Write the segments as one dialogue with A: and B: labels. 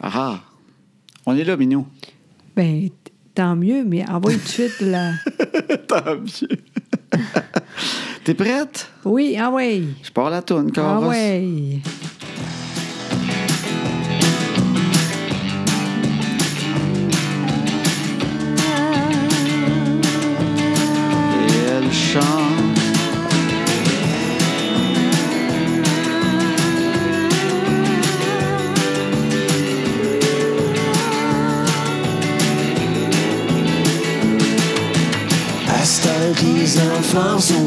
A: Ah, on est là, Minou.
B: Ben, t- tant mieux, mais envoie tout de suite la.
A: Tant mieux. T'es prête?
B: Oui, ah ouais.
A: Je pars la toune,
B: Ah
A: Carlos.
B: ouais.
A: Et elle chante.
C: À ce temps que les enfants sont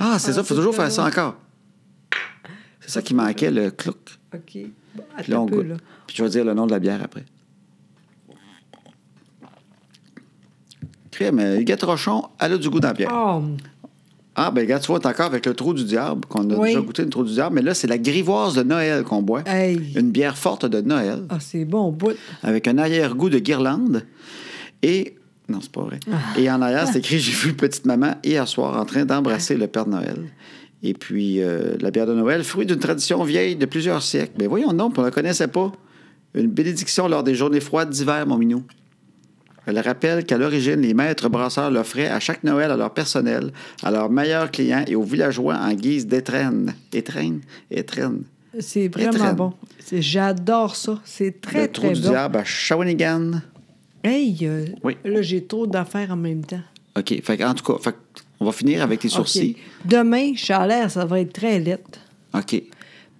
A: Ah, c'est ça,
B: Ah,
A: faut
B: c'est
A: toujours
B: très
A: faire ça encore. C'est ça qui manquait, le cloc.
B: OK. Bon,
A: Puis là,
B: attends
A: on
B: un peu,
A: goûte.
B: là.
A: Puis je vais dire le nom de la bière après. Crème, euh, Huguette Rochon, elle a du goût dans la bière.
B: Oh,
A: Ah, ben regarde, tu vois, t'es encore avec le trou du diable, qu'on a
B: Oui. Euh,
A: déjà goûté le trou du diable, mais là, c'est la grivoise de Noël qu'on boit.
B: Hey.
A: Une bière forte de Noël,
B: ah, c'est bon, bout.
A: avec un arrière-goût de guirlande. Et. Non, c'est pas vrai.
B: Ah.
A: Et en arrière, c'est écrit J'ai vu petite maman hier soir en train d'embrasser le Père Noël. Et puis, euh, la bière de Noël, fruit d'une tradition vieille de plusieurs siècles. Mais voyons donc, on ne la connaissait pas. Une bénédiction lors des journées froides d'hiver, mon minou. Elle rappelle qu'à l'origine, les maîtres brasseurs l'offraient à chaque Noël à leur personnel, à leurs meilleurs clients et aux villageois en guise d'étrennes. Étrennes? Étrennes.
B: C'est
A: traîne.
B: vraiment bon. C'est- J'adore ça. C'est très,
A: le trou
B: très
A: du
B: bon.
A: diable à Shawinigan.
B: Hey, euh,
A: Oui.
B: là, j'ai trop d'affaires en même temps.
A: OK. Fait, que, en tout cas, fait, que on va finir avec tes sourcils.
B: OK. Demain, Chalère, ça va être très lettre.
A: OK.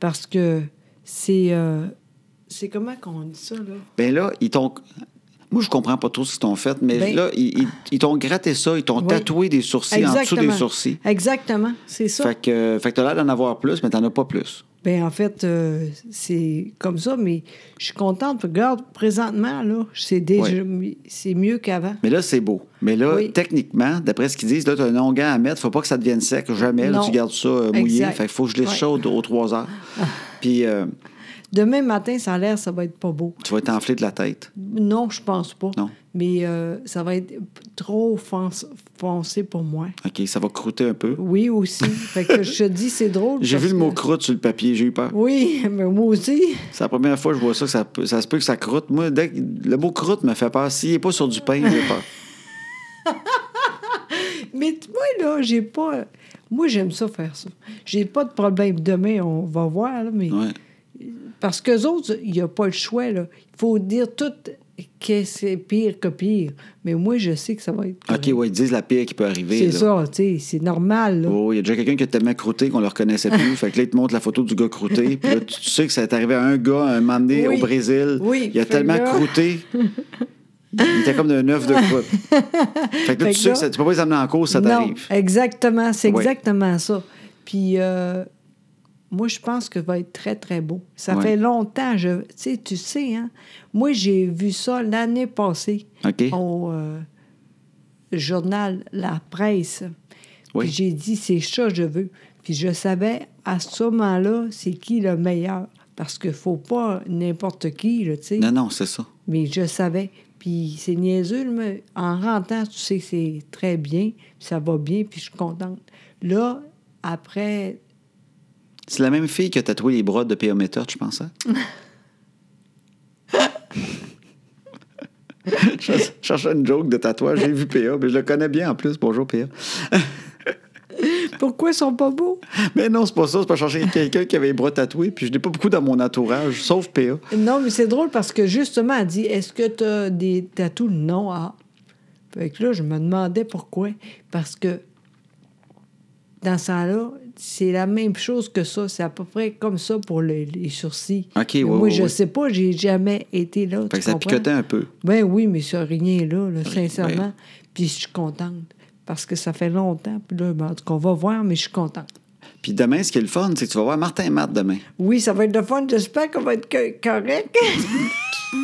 B: Parce que c'est. euh, c'est comment qu'on dit ça, là?
A: Ben là, ils t'ont. Moi, je comprends pas trop ce qu'ils t'ont fait, mais
B: Ben-
A: là, ils, ils- ils t'ont gratté ça, ils t'ont
B: Oui.
A: tatoué des sourcils en dessous des sourcils.
B: Exactement, c'est ça.
A: Fait que, euh, fait que t'as l'air d'en avoir plus, mais t'en as pas plus.
B: Ben, en fait, euh, c'est comme ça, mais je suis contente. Regarde, présentement, là, c'est déjà. C'est mieux qu'avant.
A: Mais là, c'est beau. Mais là,
B: Oui.
A: techniquement, d'après ce qu'ils disent, là, t'as un onguent à mettre, faut pas que ça devienne sec, jamais. Là,
B: Non.
A: tu gardes ça euh, mouillé.
B: Exact.
A: Fait que faut que je laisse
B: Ouais. Ah.
A: ça aux, aux trois heures. Puis, euh,
B: Demain matin, ça a l'air, ça va être pas beau.
A: tu vas être enflé de la tête.
B: Non, je pense pas.
A: Non.
B: Mais euh, ça va être trop fonce- foncé pour moi.
A: OK, ça va croûter un peu.
B: Oui, aussi. fait que je te dis, c'est drôle.
A: J'ai
B: parce
A: vu le mot
B: que-
A: croûte sur le papier, j'ai eu peur.
B: Oui, mais moi aussi.
A: C'est la première fois que je vois ça, que ça, peut- ça se peut que ça croûte. Moi, dès que- le mot croûte me fait peur. S'il n'est pas sur du pain, j'ai peur.
B: Mais t- moi, là, j'ai pas. Moi, j'aime ça faire ça. J'ai pas de problème. Demain, on va voir, là, mais.
A: Ouais.
B: Parce qu'eux autres, il n'y a pas le choix, là. Il faut dire tout que c'est pire que pire. Mais moi, je sais que ça va être.
A: OK, ouais, ils disent la Ah, pire qui peut arriver.
B: C'est
A: là.
B: ça, tu sais, c'est normal, là.
A: Oh, il y a déjà quelqu'un qui était tellement croûté qu'on ne le reconnaissait plus. fait que là, ils te montrent la photo du gars croûté. Puis là, tu, tu sais que ça est arrivé à un gars un moment donné
B: Oui.
A: au Brésil.
B: Oui,
A: Il a
B: fait
A: tellement
B: que là-
A: croûté. Il était comme d'un œuf de croûte. fait que là,
B: Fait
A: tu
B: que
A: sais
B: là-
A: que ça- tu peux pas les amener en cause, ça
B: non,
A: t'arrive.
B: exactement, c'est
A: Oui.
B: exactement ça. Puis, euh, moi, je pense que va être très, très beau. Ça
A: Ouais.
B: fait longtemps, je, tu sais, tu sais, hein? Moi, j'ai vu ça l'année passée
A: OK.
B: au euh, journal La Presse.
A: Oui.
B: Puis j'ai dit, c'est ça que je veux. Puis je savais, à ce moment-là, c'est qui le meilleur. Parce qu'il faut pas n'importe qui, là, tu sais.
A: Non, non, c'est ça.
B: Mais je savais. Puis c'est niaiseux, mais en rentrant, tu sais que c'est très bien, puis ça va bien, puis je suis contente. Là, après,
A: C'est la même fille qui a tatoué les bras de P.O. Method, je pense. hein? je cherchais une joke de tatouage, j'ai vu P.A., mais je le connais bien en plus. Bonjour P.A.
B: pourquoi ils sont pas beaux?
A: Mais non, c'est pas ça, c'est pas chercher quelqu'un qui avait les bras tatoués, puis je n'ai pas beaucoup dans mon entourage, sauf P.A.
B: Non, mais c'est drôle parce que justement, elle dit Est-ce que tu as des tatous Non, ah. Fait que là, je me demandais pourquoi. Parce que dans ça là c'est la même chose que ça. C'est à peu près comme ça pour le- les sourcils.
A: OK,
B: Mais
A: ouais,
B: Moi,
A: ouais,
B: je
A: ouais.
B: sais pas, j'ai jamais été là.
A: Fait
B: tu
A: que ça
B: comprends?
A: picotait un peu.
B: Ben oui, mais ça, rien là, là,
A: ben.
B: sincèrement. Puis je suis contente. Parce que ça fait longtemps. Puis là, ben, en tout cas, on va voir, mais je suis contente.
A: Puis demain, ce qui est le fun, c'est que tu vas voir Martin et Matt demain.
B: Oui, ça va être le fun. J'espère qu'on va être co- correct.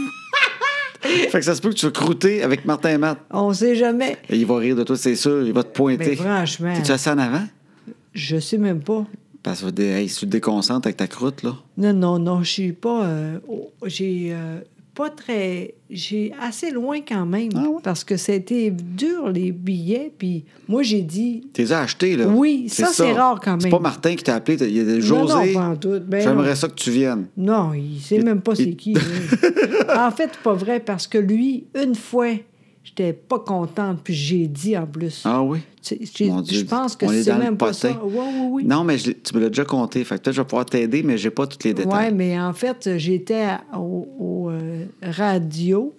A: Fait que ça se peut que tu vas croûter avec Martin et Matt.
B: on sait jamais.
A: Et il va rire de toi, c'est sûr, il va te pointer.
B: Mais franchement.
A: T'es-tu assis en avant?
B: Je sais même pas.
A: Parce que hey, si tu te déconcentres avec ta croûte, là.
B: Non, non, non, je suis pas. euh, au- j'ai euh, pas très. J'ai assez loin quand même.
A: Ah ouais?
B: Parce que c'était dur, les billets. Puis moi, j'ai dit.
A: T'es acheté, là.
B: Oui, ça, c'est rare quand
A: C'est
B: même.
A: pas Martin qui t'a appelé. t'as- Il y a des José.
B: non, pas en tout, ben
A: J'aimerais
B: non.
A: ça que tu viennes.
B: Non, il sait même pas c'est qui. là. en fait, c'est pas vrai, parce que lui, une fois, j'étais pas contente, puis j'ai dit en plus.
A: Ah oui?
B: Tu sais, j'ai-
A: Mon Dieu,
B: je pense que
A: on est
B: c'est
A: dans le
B: même pas
A: potin.
B: ça. Oui, oui, oui.
A: Non, mais je l'ai- tu me l'as déjà compté. Fait que peut-être je vais pouvoir t'aider, mais j'ai pas tous les
B: Oui,
A: détails.
B: mais en fait, j'étais à- au, au, euh, radio,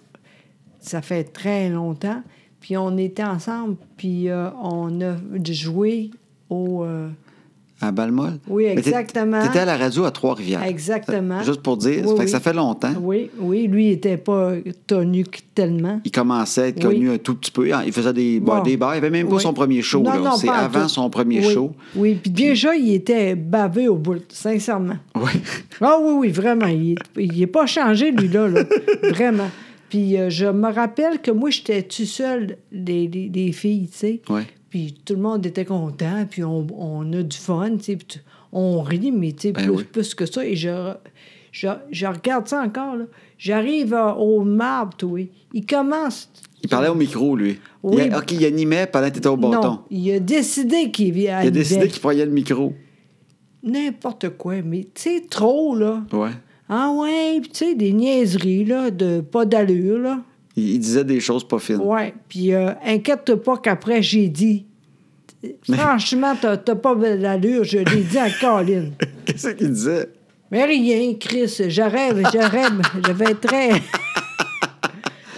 B: ça fait très longtemps, puis on était ensemble, puis euh, on a joué au... euh,
A: À Balmol?
B: Oui,
A: Mais t'es-
B: exactement.
A: T'étais à la radio à Trois-Rivières.
B: Exactement.
A: Juste pour dire,
B: Oui,
A: fait que
B: oui.
A: ça fait longtemps.
B: oui, oui, lui, il n'était pas tenu tellement.
A: Il commençait à être
B: Oui.
A: connu un tout petit peu. Il faisait des, bah,
B: Bon.
A: des bars. Il avait même pas
B: Oui.
A: son premier show.
B: Non,
A: là.
B: non,
A: c'est
B: pas en
A: avant
B: tout.
A: son premier
B: Oui.
A: show.
B: Oui, puis déjà, il était bavé au bout, sincèrement.
A: Oui.
B: Ah oui, oui, vraiment. Il est- il n'est pas changé, lui-là. là. vraiment. Puis euh, je me rappelle que moi, j'étais tout seul, les, les- les filles, tu sais.
A: Ouais.
B: Puis tout le monde était content, puis on, on a du fun, tu sais. puis tu- on rit, mais tu sais,
A: Ben
B: plus,
A: oui.
B: plus que ça. Et je, je, je regarde ça encore, là. J'arrive euh, au marbre, tu vois. Il commence.
A: Il parlait au micro, lui.
B: Oui.
A: Il, OK, il animait pendant que t'étais au bâton.
B: Non, il a décidé qu'il vient.
A: Il a décidé qu'il prenait le micro.
B: N'importe quoi, mais tu sais, trop, là.
A: Ouais.
B: Ah ouais, puis tu sais, des niaiseries, là, de pas d'allure, là.
A: Il, il disait des choses pas fines.
B: Ouais, puis euh, inquiète-toi pas qu'après, j'ai dit. Franchement, t'as t'as pas d'allure, je l'ai dit à Colin.
A: Qu'est-ce qu'il disait?
B: Mais rien, Chris, j'arrête, j'arrête, je vais être très.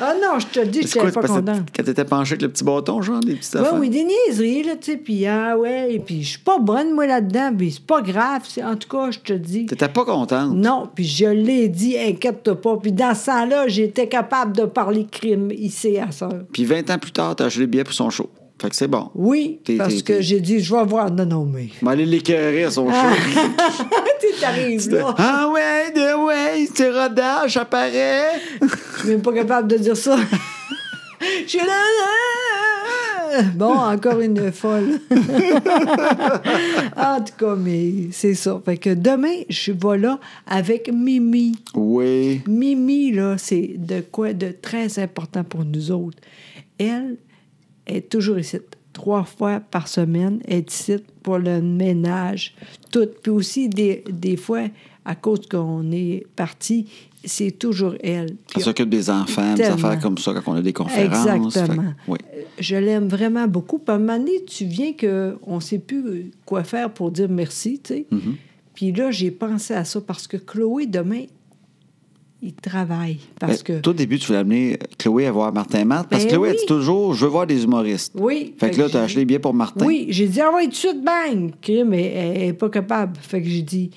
B: Ah non, je te dis, je
A: C'est quoi,
B: n'étais
A: c'est
B: pas
A: parce que
B: content.
A: quand t'étais penché avec le petit bâton, genre, des petites
B: Ouais,
A: affaires?
B: oui, des niaiseries, là, tu sais, puis ah ouais, et puis je suis pas bonne, moi, là-dedans, puis c'est pas grave, c'est- en tout cas, je te dis.
A: T'étais pas contente.
B: Non, puis je l'ai dit, inquiète-toi pas. Puis dans ce temps-là, j'étais capable de parler crime ici à ça.
A: Puis 20 ans plus tard, t'as acheté les billets pour son show. Fait que c'est bon.
B: Oui,
A: T'es-
B: parce
A: t'es-
B: que
A: t'es-
B: j'ai dit, je vais voir. Non, non, mais.
A: Mais aller l'écœurer à son
B: Ah,
A: show.
B: tu t'arrives là.
A: Ah ouais, de ouais, c'est rodage, j'apparais.
B: Je suis même pas capable de dire ça. Je suis là, là. Bon, encore une folle. en tout cas, mais c'est ça. Fait que demain, je vais là avec Mimi.
A: Oui.
B: Mimi, là, c'est de quoi de très important pour nous autres. Elle est toujours ici. Trois fois par semaine, elle est ici pour le ménage, tout. Puis aussi, des, des fois, à cause qu'on est parti, c'est toujours elle.
A: Elle
B: Puis
A: s'occupe des enfants, des
B: Tellement.
A: affaires comme ça, quand on a des conférences.
B: Exactement. Euh,
A: Fait que- oui.
B: Je l'aime vraiment beaucoup. Puis à un moment donné, tu viens qu'on ne sait plus quoi faire pour dire merci, tu sais.
A: Mm-hmm.
B: Puis là, j'ai pensé à ça parce que Chloé, demain, il travaille. Parce
A: Ben,
B: que...
A: Toi, au début, tu voulais amener Chloé à voir Martin Matt, parce que
B: Ben
A: Chloé,
B: oui.
A: elle dit toujours Je veux voir des humoristes.
B: Oui.
A: Fait, que là,
B: j'ai
A: t'as acheté les
B: dit-
A: billets pour Martin.
B: Oui, j'ai dit, envoie tout de suite, bang! Crime, elle- elle n'est pas capable. Fait que j'ai dit,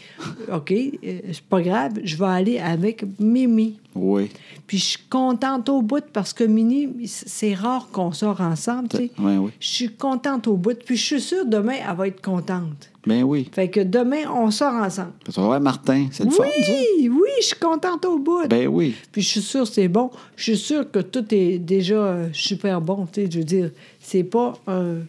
B: OK, euh, c'est pas grave, je vais aller avec Mimi.
A: Oui.
B: Puis je suis contente au bout parce que Mini, c'est rare qu'on sort ensemble. tu sais.
A: Ouais, oui.
B: Je suis contente au bout. Puis je suis sûre demain, elle va être contente.
A: Ben oui.
B: Fait que demain, on sort ensemble.
A: Parce que, ouais, Martin, c'est le fun, ça.
B: Oui, oui, je suis contente au bout.
A: Ben oui.
B: Puis je suis sûre que c'est bon. Je suis sûre que tout est déjà euh, super bon. tu sais, Je veux dire, c'est pas un.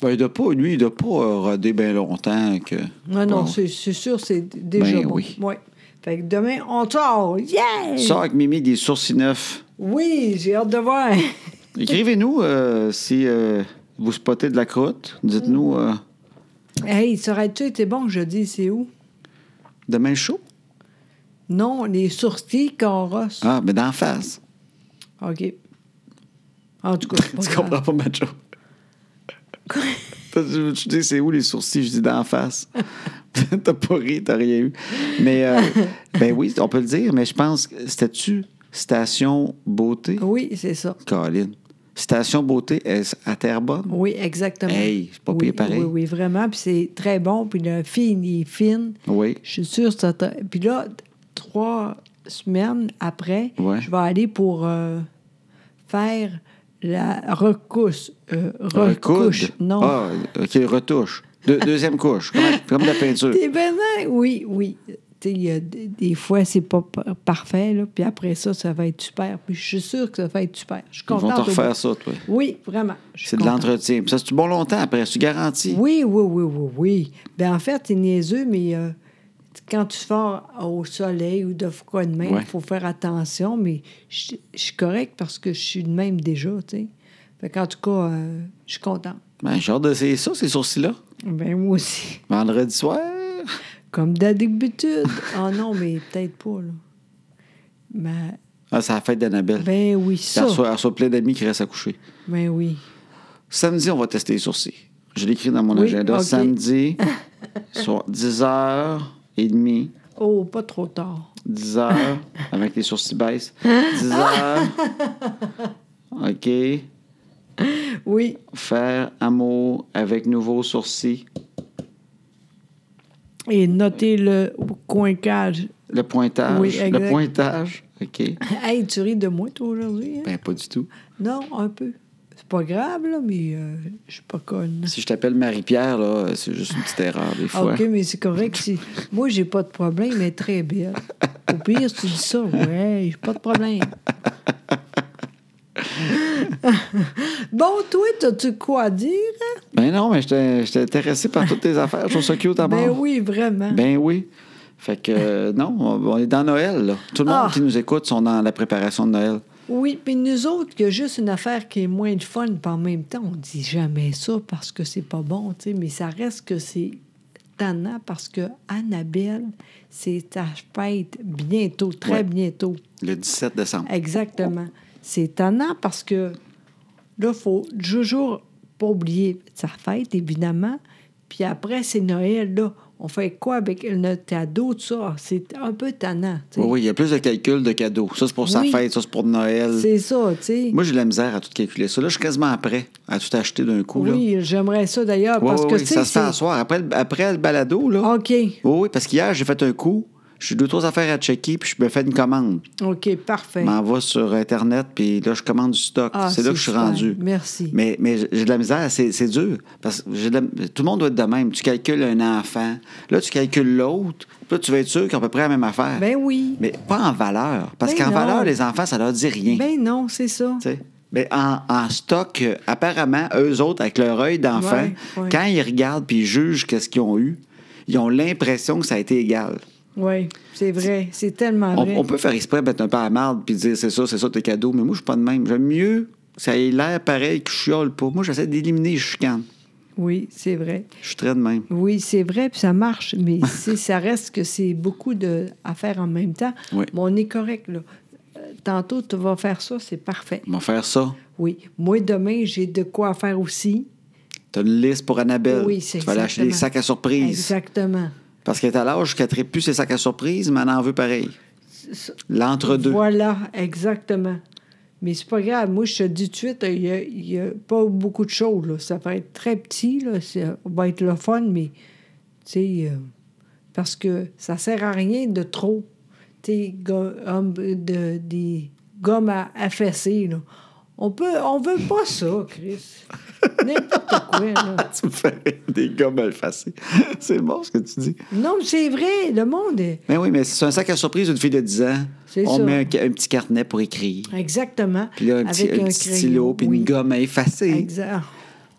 A: Ben, il doit pas, lui, il doit pas euh, roder bien longtemps que.
B: Non, non,
A: Bon.
B: c'est c'est sûr, c'est déjà
A: Ben
B: bon.
A: oui.
B: Ouais. Fait que demain, on sort. Yeah!
A: Sors avec Mimi des sourcils neufs.
B: Oui, j'ai hâte de voir.
A: Écrivez-nous euh, si euh, vous spottez de la croûte. Dites-nous euh,
B: hey, ça aurait-tu été bon que je dise c'est où?
A: demain chaud.
B: Non, les sourcils qu'on rosse.
A: Ah, mais d'en face.
B: OK. En tout cas, c'est pas
A: Ah. tu
B: grave.
A: comprends pas ma joke. Parce que Tu dis, c'est où les sourcils? Je dis d'en face. t'as pas ri, t'as rien eu. Mais, euh, ben oui, on peut le dire, mais je pense que c'était-tu Station Beauté?
B: Oui, c'est ça.
A: Caroline. Station Beauté, est-ce à Terrebonne?
B: Oui, exactement.
A: Hey, c'est pas
B: oui,
A: pire pareil.
B: Oui, oui, vraiment. Puis c'est très bon. Puis la fille, il est fine.
A: Oui.
B: Je suis sûre que ça t'a- Puis là, trois semaines après,
A: Ouais.
B: je vais aller pour euh, faire la recousse. euh, recouche.
A: Recoude.
B: Non.
A: Ah, OK, retouche. Deux- deuxième couche, comme, comme de la peinture.
B: T'es bénin? Oui, oui. Tu sais, il y a des des fois, c'est pas par- parfait. Là. Puis après ça, ça va être super. Puis je suis sûre que ça va être super. Je suis
A: Ils vont
B: contente.
A: te
B: au
A: refaire
B: bout.
A: ça, toi.
B: Oui, vraiment. Je suis
A: C'est de
B: contente.
A: l'entretien. Puis Ça, c'est du bon longtemps après, c'est garanti.
B: Oui, oui, oui, oui, oui. Ben, en fait, c'est niaiseux, mais euh, quand tu sors au soleil ou de froid de même, il
A: Ouais.
B: faut faire attention, mais je je suis correcte parce que je suis de même déjà, tu sais. Fait qu'en tout cas, euh, je suis contente.
A: Ben, j'ai hâte d'essayer ça, ces sourcils-là.
B: Ben, moi aussi.
A: Vendredi soir.
B: Comme d'habitude. Ah non, mais peut-être pas, là. Ben,
A: Ah, c'est la fête d'Annabelle.
B: ben oui,
A: Elle
B: ça.
A: reçoit, elle reçoit plein d'amis qui restent à coucher.
B: Ben oui.
A: Samedi, on va tester les sourcils. Je l'écris dans mon
B: Oui,
A: agenda.
B: ok.
A: Samedi, soit 10h30,
B: Oh, pas trop tard.
A: 10h, avec les sourcils baisses. 10h. OK.
B: Oui,
A: Faire amour avec nouveaux sourcils.
B: et notez le coincage.
A: Le pointage.
B: Oui, exact.
A: le pointage. OK.
B: Hey, tu ris de moi, toi, aujourd'hui? hein?
A: Ben, pas du tout.
B: Non, un peu. C'est pas grave, là, mais euh, je suis pas conne. Ah,
A: Si je t'appelle Marie-Pierre, là, c'est juste une petite erreur, des fois.
B: OK, mais c'est correct. Si... Moi, j'ai pas de problème, mais très bien. Au pire, si tu dis ça, ouais, j'ai pas de problème. bon, toi, t'as-tu quoi à dire? hein?
A: Ben non, mais j'étais j'étais intéressé par toutes tes affaires. Je trouve ça cute à
B: Ben
A: mort.
B: oui, vraiment.
A: Ben oui. Fait que euh, non, on on est dans Noël. là. Tout le monde
B: Ah.
A: qui nous écoute sont dans la préparation de Noël.
B: Oui, puis nous autres, il y a juste une affaire qui est moins de fun, puis en même temps, on dit jamais ça parce que c'est pas bon, tu sais, mais ça reste que c'est tannant parce que Annabelle, c'est ta fête bientôt, très
A: Ouais.
B: bientôt.
A: Le 17 décembre.
B: Exactement. C'est tannant parce que là, il faut toujours pas oublier sa fête, évidemment. Puis après, c'est Noël, là. On fait quoi avec notre ado, tout ça? C'est un peu tannant. tu sais.
A: Oui, oui, il y a plus de calculs de cadeaux. Ça, c'est pour sa
B: Oui.
A: fête, ça, c'est pour Noël.
B: C'est ça, tu sais.
A: Moi, j'ai de la misère à tout calculer. Ça, là, je suis quasiment prêt à tout acheter d'un coup. là.
B: Oui, j'aimerais ça d'ailleurs
A: Oui,
B: parce
A: oui,
B: que
A: oui,
B: tu sais,
A: ça se fait à
B: c'est- Ah.
A: soir. Après le, après le balado, là.
B: OK,
A: Oui, oui, parce qu'hier, j'ai fait un coup. J'ai deux, trois affaires à checker, puis je me fais une commande.
B: OK, parfait.
A: Je m'en vais sur Internet, puis là, je commande du stock.
B: Ah,
A: c'est là que je suis
B: super.
A: rendu.
B: Merci.
A: Mais, mais j'ai de la misère, c'est, c'est dur. Parce que j'ai de la- tout le monde doit être de même. Tu calcules un enfant, là, tu calcules l'autre, puis là, tu vas être sûr qu'ils ont à peu près la même affaire.
B: Ben oui.
A: Mais pas en valeur. Parce
B: Ben
A: qu'en
B: non.
A: valeur, les enfants, ça leur dit rien.
B: Ben non, c'est ça.
A: Tu sais. Mais en, en stock, euh, apparemment, eux autres, avec leur œil d'enfant,
B: Ouais, ouais.
A: quand ils regardent puis ils jugent qu'est-ce qu'ils ont eu, ils ont l'impression que ça a été égal.
B: Oui, c'est vrai. C'est tellement
A: On,
B: vrai.
A: on peut faire exprès de mettre un peu à la marde puis dire c'est ça, c'est ça tes cadeaux, mais moi, je suis pas de même. J'aime mieux que ça ait l'air pareil que je chiole pas. Moi, j'essaie d'éliminer les chicanes.
B: Oui, c'est vrai.
A: Je suis très de même.
B: Oui, c'est vrai, puis ça marche, mais c'est- ça reste que c'est beaucoup de à faire en même temps.
A: Oui.
B: Mais on est correct, là. Euh, Tantôt, tu vas faire ça, c'est parfait.
A: On va faire ça.
B: Oui. Moi, demain, j'ai de quoi faire aussi.
A: T'as une liste pour Annabelle.
B: Oui, c'est
A: Euh, Tu vas aller acheter des
B: exactement.
A: sacs à surprise.
B: Exactement.
A: Parce qu'elle est à l'âge qu'elle ne plus ses sacs à surprise, mais elle en veut pareil. L'entre-deux.
B: Voilà, exactement. Mais c'est pas grave. Moi, je te dis tout de suite, il n'y a, pas beaucoup de choses. là. Ça va être très petit. Là. Ça va être le fun, mais tu sais, euh, parce que ça sert à rien de trop. t'es go- homme de, des gommes à, à fessées, là. On peut, on veut pas ça, Chris. N'importe quoi, là.
A: tu me fais rire, des gommes effacées. c'est bon ce que tu dis.
B: Non, mais c'est vrai, le monde est...
A: Mais oui, mais c'est un sac à surprise d'une fille de 10 ans.
B: C'est
A: On
B: ça.
A: met un, ca- un petit carnet pour écrire.
B: Exactement.
A: Puis là, un petit,
B: Avec
A: un
B: un
A: petit
B: crayon,
A: stylo, puis
B: oui.
A: une gomme à effacer.
B: Exact.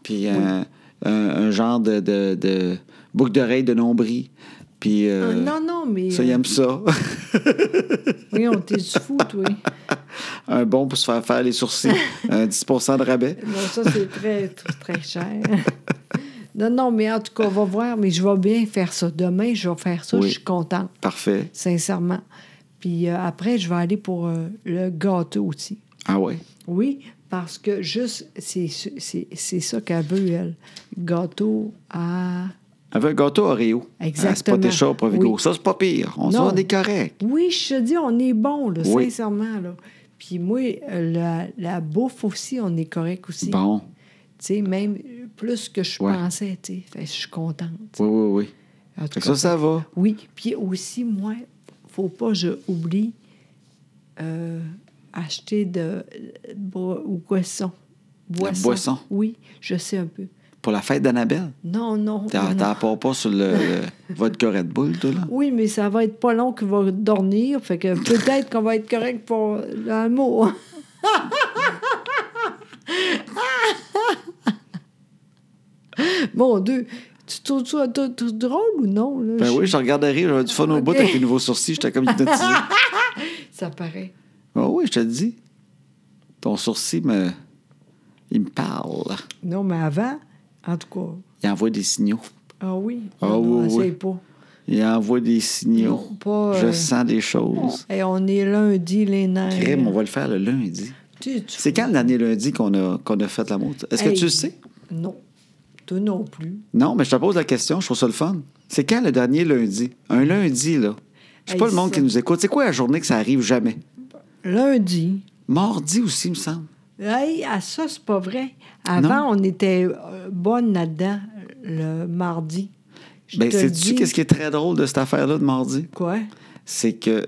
A: Puis un, un- un genre de, de, de boucle d'oreille de nombril. Puis euh,
B: Ah, non, non, mais...
A: ça, il aime ça.
B: Oui, on t'est fou, toi.
A: un bon pour se faire faire les sourcils. un 10 de rabais.
B: Non, ça, c'est très, très, très cher. Non, non, mais en tout cas, on va voir. Mais je vais bien faire ça. Demain, je vais faire ça.
A: Oui.
B: Je suis contente,
A: Parfait.
B: sincèrement. Puis euh, après, je vais aller pour euh, le gâteau aussi.
A: Ah ouais.
B: Oui, parce que juste, c'est c'est- c'est ça qu'elle veut, elle. Gâteau à...
A: Avec un gâteau Oreo. Ah,
B: Exactement.
A: Un spot écharpe Provigo.
B: Oui.
A: Ça, c'est pas pire. On
B: Non.
A: s'en est correct.
B: Oui, je te dis, on est bon, là,
A: Oui.
B: sincèrement. Là. Puis moi, euh, la, la bouffe aussi, on est correct aussi.
A: Bon.
B: Tu sais, même plus que je
A: Ouais.
B: pensais, tu sais. Fait que Je suis contente.
A: Oui, oui, oui.
B: En tout
A: Fait que
B: cas,
A: ça, ça va.
B: Oui, puis aussi, moi, faut pas que je oublie euh, acheter de bo- ou boisson.
A: boisson?
B: Oui, je sais un peu.
A: Pour la fête d'Annabelle.
B: Non, non.
A: T'en
B: non.
A: t'en pars pas sur le, le vodka Red Bull, toi, là?
B: Oui, mais ça va être pas long qu'il va dormir, fait que peut-être qu'on va être correct pour l'amour. Mon Dieu, tu trouves ça tout, tout drôle ou non? là?
A: Ben
B: Je-
A: oui, je te regardais rire, j'avais du fun au
B: Ok.
A: bout avec les nouveaux sourcils, j'étais comme hypnotisé.
B: Ça paraît.
A: Ah oui, je te le dis. Ton sourcil me. Il me parle.
B: Non, mais avant, en tout cas,
A: Il envoie des signaux.
B: Ah oui?
A: Ah
B: Non, non,
A: oui, oui.
B: essaye pas.
A: Il envoie des signaux.
B: Non, pas,
A: Je
B: euh,
A: sens des choses.
B: Et on est lundi, les nerfs.
A: Crème, on va le faire le lundi.
B: Tu- tu-
A: C'est quand le dernier lundi qu'on a, qu'on a fait l'amour? Est-ce que
B: Hey,
A: tu le sais?
B: Non. Toi non plus.
A: Non, mais je te pose la question, je trouve ça le fun. C'est quand le dernier lundi? Un lundi, là. Je sais pas
B: Hey,
A: le monde
B: ça.
A: qui nous écoute. C'est quoi la journée que ça arrive jamais?
B: Lundi.
A: Mardi aussi, il me semble.
B: Hey, à ça, c'est pas vrai. Avant, on était euh, bonne là-dedans le mardi. Je
A: Ben,
B: te le
A: sais-tu
B: dis.
A: qu'est-ce qui est très drôle de cette affaire-là de mardi?
B: Quoi?
A: C'est que, tu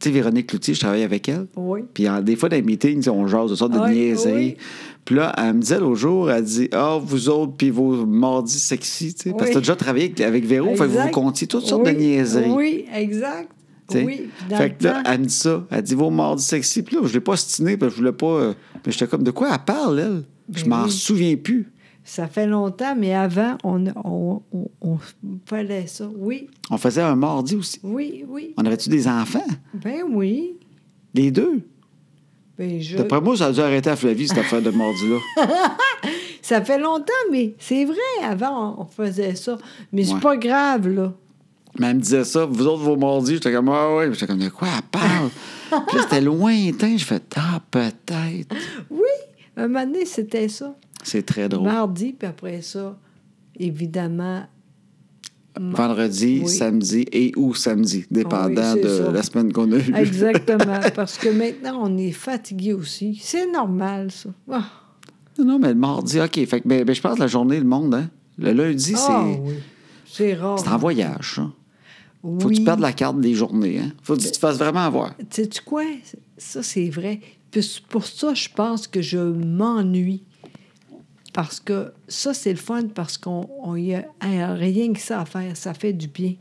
A: sais, Véronique Cloutier, je travaille avec elle.
B: Oui.
A: Puis en- des fois, dans les meetings, on jase de sortes de
B: Ouais,
A: niaiseries.
B: Ah oui.
A: Puis là, elle me disait l'autre jour, elle dit Ah, vous autres, puis vos mardis sexy, tu sais. Parce que
B: Oui.
A: t'as déjà travaillé avec, avec Véro, fait que vous vous
B: Exact.
A: comptiez toutes sortes de
B: Oui,
A: niaiseries.
B: Oui, exact.
A: tu sais.
B: Oui. Dans
A: fait
B: le
A: que là,
B: temps.
A: elle me dit ça. Elle dit vos mardis sexy. Puis là, je l'ai pas stiné, puis je voulais pas. euh, Mais j'étais comme De quoi elle parle, elle Je
B: Ben
A: m'en
B: oui.
A: souviens plus.
B: Ça fait longtemps, mais avant, on, on, on, on fallait ça. Oui,
A: On faisait un mardi aussi.
B: oui, oui.
A: On avait-tu des enfants
B: Ben oui.
A: Les deux
B: Ben, je...
A: D'après moi, ça a dû arrêter à Flavie, cette affaire de mardi-là.
B: Ça fait longtemps, mais c'est vrai, avant, on on faisait ça. Mais
A: Ouais.
B: c'est pas grave, là.
A: Mais elle me disait ça, vous autres, vos mardis, j'étais comme, ah ouais, Puis j'étais comme, de quoi elle parle? Puis là, c'était lointain, je fais, ah, peut-être.
B: Oui, un moment donné, c'était ça.
A: C'est très drôle.
B: Mardi, puis après ça, évidemment,
A: Vendredi,
B: Oui.
A: samedi et ou samedi, dépendant
B: c'est
A: de
B: ça.
A: la semaine qu'on a eue.
B: exactement, parce que maintenant, on est fatigué aussi. C'est normal, ça. Ah,
A: non, non, mais le mardi, OK. Fait que, ben, ben, je pense la journée, le monde, hein. Le lundi,
B: ah
A: c'est
B: oui, c'est
A: c'est en
B: rare.
A: voyage, ça.
B: Oui.
A: Faut que tu perdes la carte des journées, hein. Faut que tu te fasses vraiment avoir.
B: Sais-tu quoi? Ça, c'est vrai. Puis c'est pour ça, je pense que je m'ennuie. Parce que ça, c'est le fun parce qu'on on y a a rien que ça à faire. Ça fait du bien.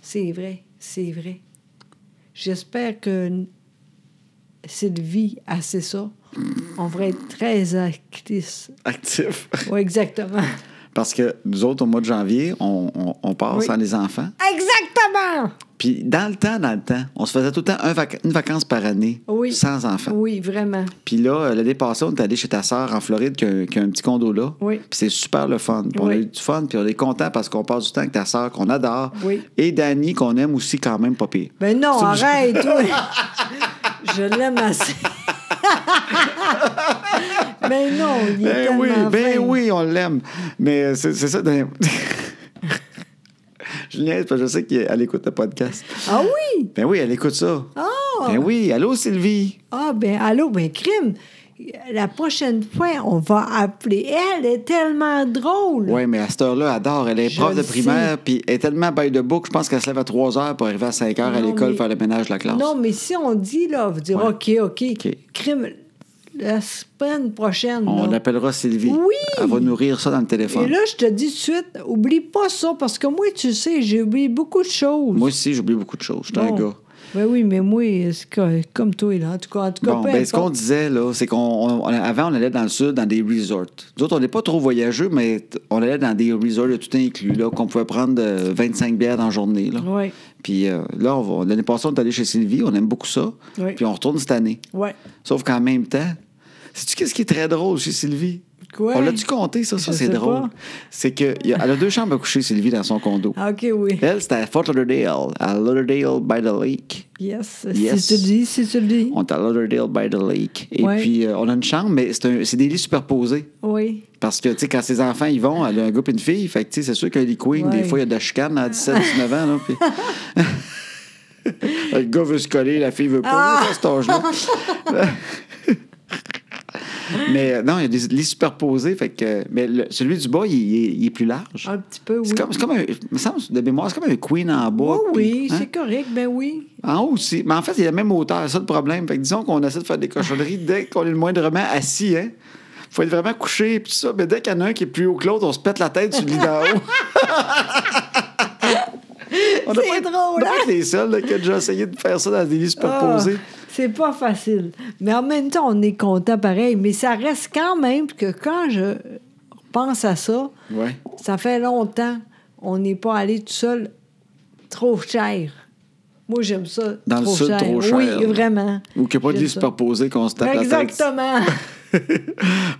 B: C'est vrai. C'est vrai. J'espère que Sylvie a c'est ça. On va être très actrice.
A: Actif.
B: Oui, exactement.
A: Parce que nous autres, au mois de janvier, on, on, on part
B: Oui.
A: sans les enfants.
B: Exactement!
A: Puis dans le temps, dans le temps, on se faisait tout le temps un vac- une vacance par année
B: Oui.
A: sans enfants.
B: Oui, vraiment.
A: Puis là, euh, l'année passée, on est allé chez ta sœur en Floride qui a, qui a un petit condo là.
B: Oui.
A: Puis c'est super le fun. Puis on a
B: Oui.
A: eu du fun, puis on est content parce qu'on passe du temps avec ta sœur qu'on adore.
B: Oui.
A: Et Dani qu'on aime aussi quand même pas pire.
B: Ben non,
A: C'est
B: arrête, toi. Je l'aime assez. Mais non, il est
A: Ben oui,
B: tellement
A: ben
B: fin.
A: oui, on l'aime. Mais euh, c'est c'est ça. Dani. je niaise parce que je sais qu'elle écoute le podcast.
B: Ah oui?
A: Ben oui, elle écoute ça.
B: Ah!
A: Ben oui, allô Sylvie.
B: Ah, ben allô, ben crime. la prochaine fois, on va appeler. Elle est tellement drôle.
A: Oui, mais à cette heure-là, elle adore. Elle est
B: Je
A: prof de
B: le
A: primaire,
B: sais.
A: puis elle est tellement by de book, je pense qu'elle se lève à 3 heures pour arriver à 5 heures à
B: Non,
A: l'école
B: mais-
A: faire le ménage de la classe.
B: Non, mais si on dit, là, on va dire,
A: Ouais.
B: OK, OK, crime, la semaine prochaine.
A: On
B: là.
A: l'appellera Sylvie.
B: Oui!
A: Elle va nourrir ça dans le téléphone.
B: Et là, je te dis tout de suite, oublie pas ça, parce que moi, tu sais, j'ai oublié beaucoup de choses.
A: Moi aussi, j'oublie beaucoup de choses. J'étais un
B: Bon.
A: gars.
B: Ben oui, mais moi, c'est co- comme toi, là. En tout cas, en tout cas
A: Bon,
B: peu
A: ben, ce qu'on
B: importe.
A: disait, là, c'est qu'on on- on- avant, on allait dans le sud, dans des resorts. Nous autres, on n'est pas trop voyageux, mais t- on allait dans des resorts de tout inclus, là, qu'on pouvait prendre de 25 bières dans la journée. Là.
B: Ouais.
A: Puis euh, là, on va- l'année passée, on est allé chez Sylvie, on aime beaucoup ça.
B: Oui.
A: Puis on retourne cette année.
B: Ouais.
A: Sauf qu'en même temps, sais-tu qu'est-ce qui est très drôle chez Sylvie?
B: Quoi?
A: On l'a-tu compté, ça? Ça,
B: Je
A: c'est
B: sais
A: drôle.
B: pas.
A: C'est qu'elle a, elle a deux chambres à coucher, Sylvie, dans son condo.
B: Ah, OK, oui.
A: Elle, c'était à Fort Lauderdale, à Lauderdale by the Lake.
B: Yes.
A: Yes.
B: Si tu le dis, si tu le dis.
A: On est à Lauderdale by the Lake. Et
B: Ouais.
A: puis, euh, on a une chambre, mais c'est un- c'est des lits superposés.
B: Oui.
A: Parce que, tu sais, quand ses enfants y vont, elle a un gars et une fille. Fait que, tu sais, c'est sûr que les queens,
B: Ouais.
A: des fois, il y a de la chicane à 17, 19 ans. Là, puis... le gars veut se coller, la fille veut pas.
B: Ah!
A: C'est cet âge-là. mais euh, non, il y a des lits superposés. Fait que, mais le- celui du bas, il, est- il est plus large.
B: Un petit peu, oui.
A: C'est comme, c'est comme un, il me semble, de mémoire, c'est comme un queen en bas.
B: Oui, oui,
A: puis- hein?
B: c'est correct, ben oui.
A: En haut Ah, aussi. Mais en fait, il y a la même hauteur, c'est ça le problème. Fait que disons qu'on essaie de faire des cochonneries dès qu'on est le moindrement assis, hein. Faut être vraiment couché et tout ça. Mais dès qu'il y en a un qui est plus haut que l'autre, on se pète la tête sur le lit d'en haut. On doit
B: C'est
A: pas être-
B: drôle,
A: on doit pas
B: hein?
A: être les seuls là, qui ont déjà essayé de faire ça dans des lits superposés.
B: Ah, c'est pas facile. Mais en même temps, on est content pareil. Mais ça reste quand même que quand je pense à ça,
A: Ouais.
B: ça fait longtemps, on n'est pas allé tout seul trop cher. Moi, j'aime ça.
A: Dans le
B: trop
A: sud,
B: cher.
A: trop cher.
B: Oui, vraiment.
A: Ou qu'il n'y a pas de
B: J'aime
A: lit
B: ça.
A: superposé qu'on se tape la
B: Exactement.
A: tête.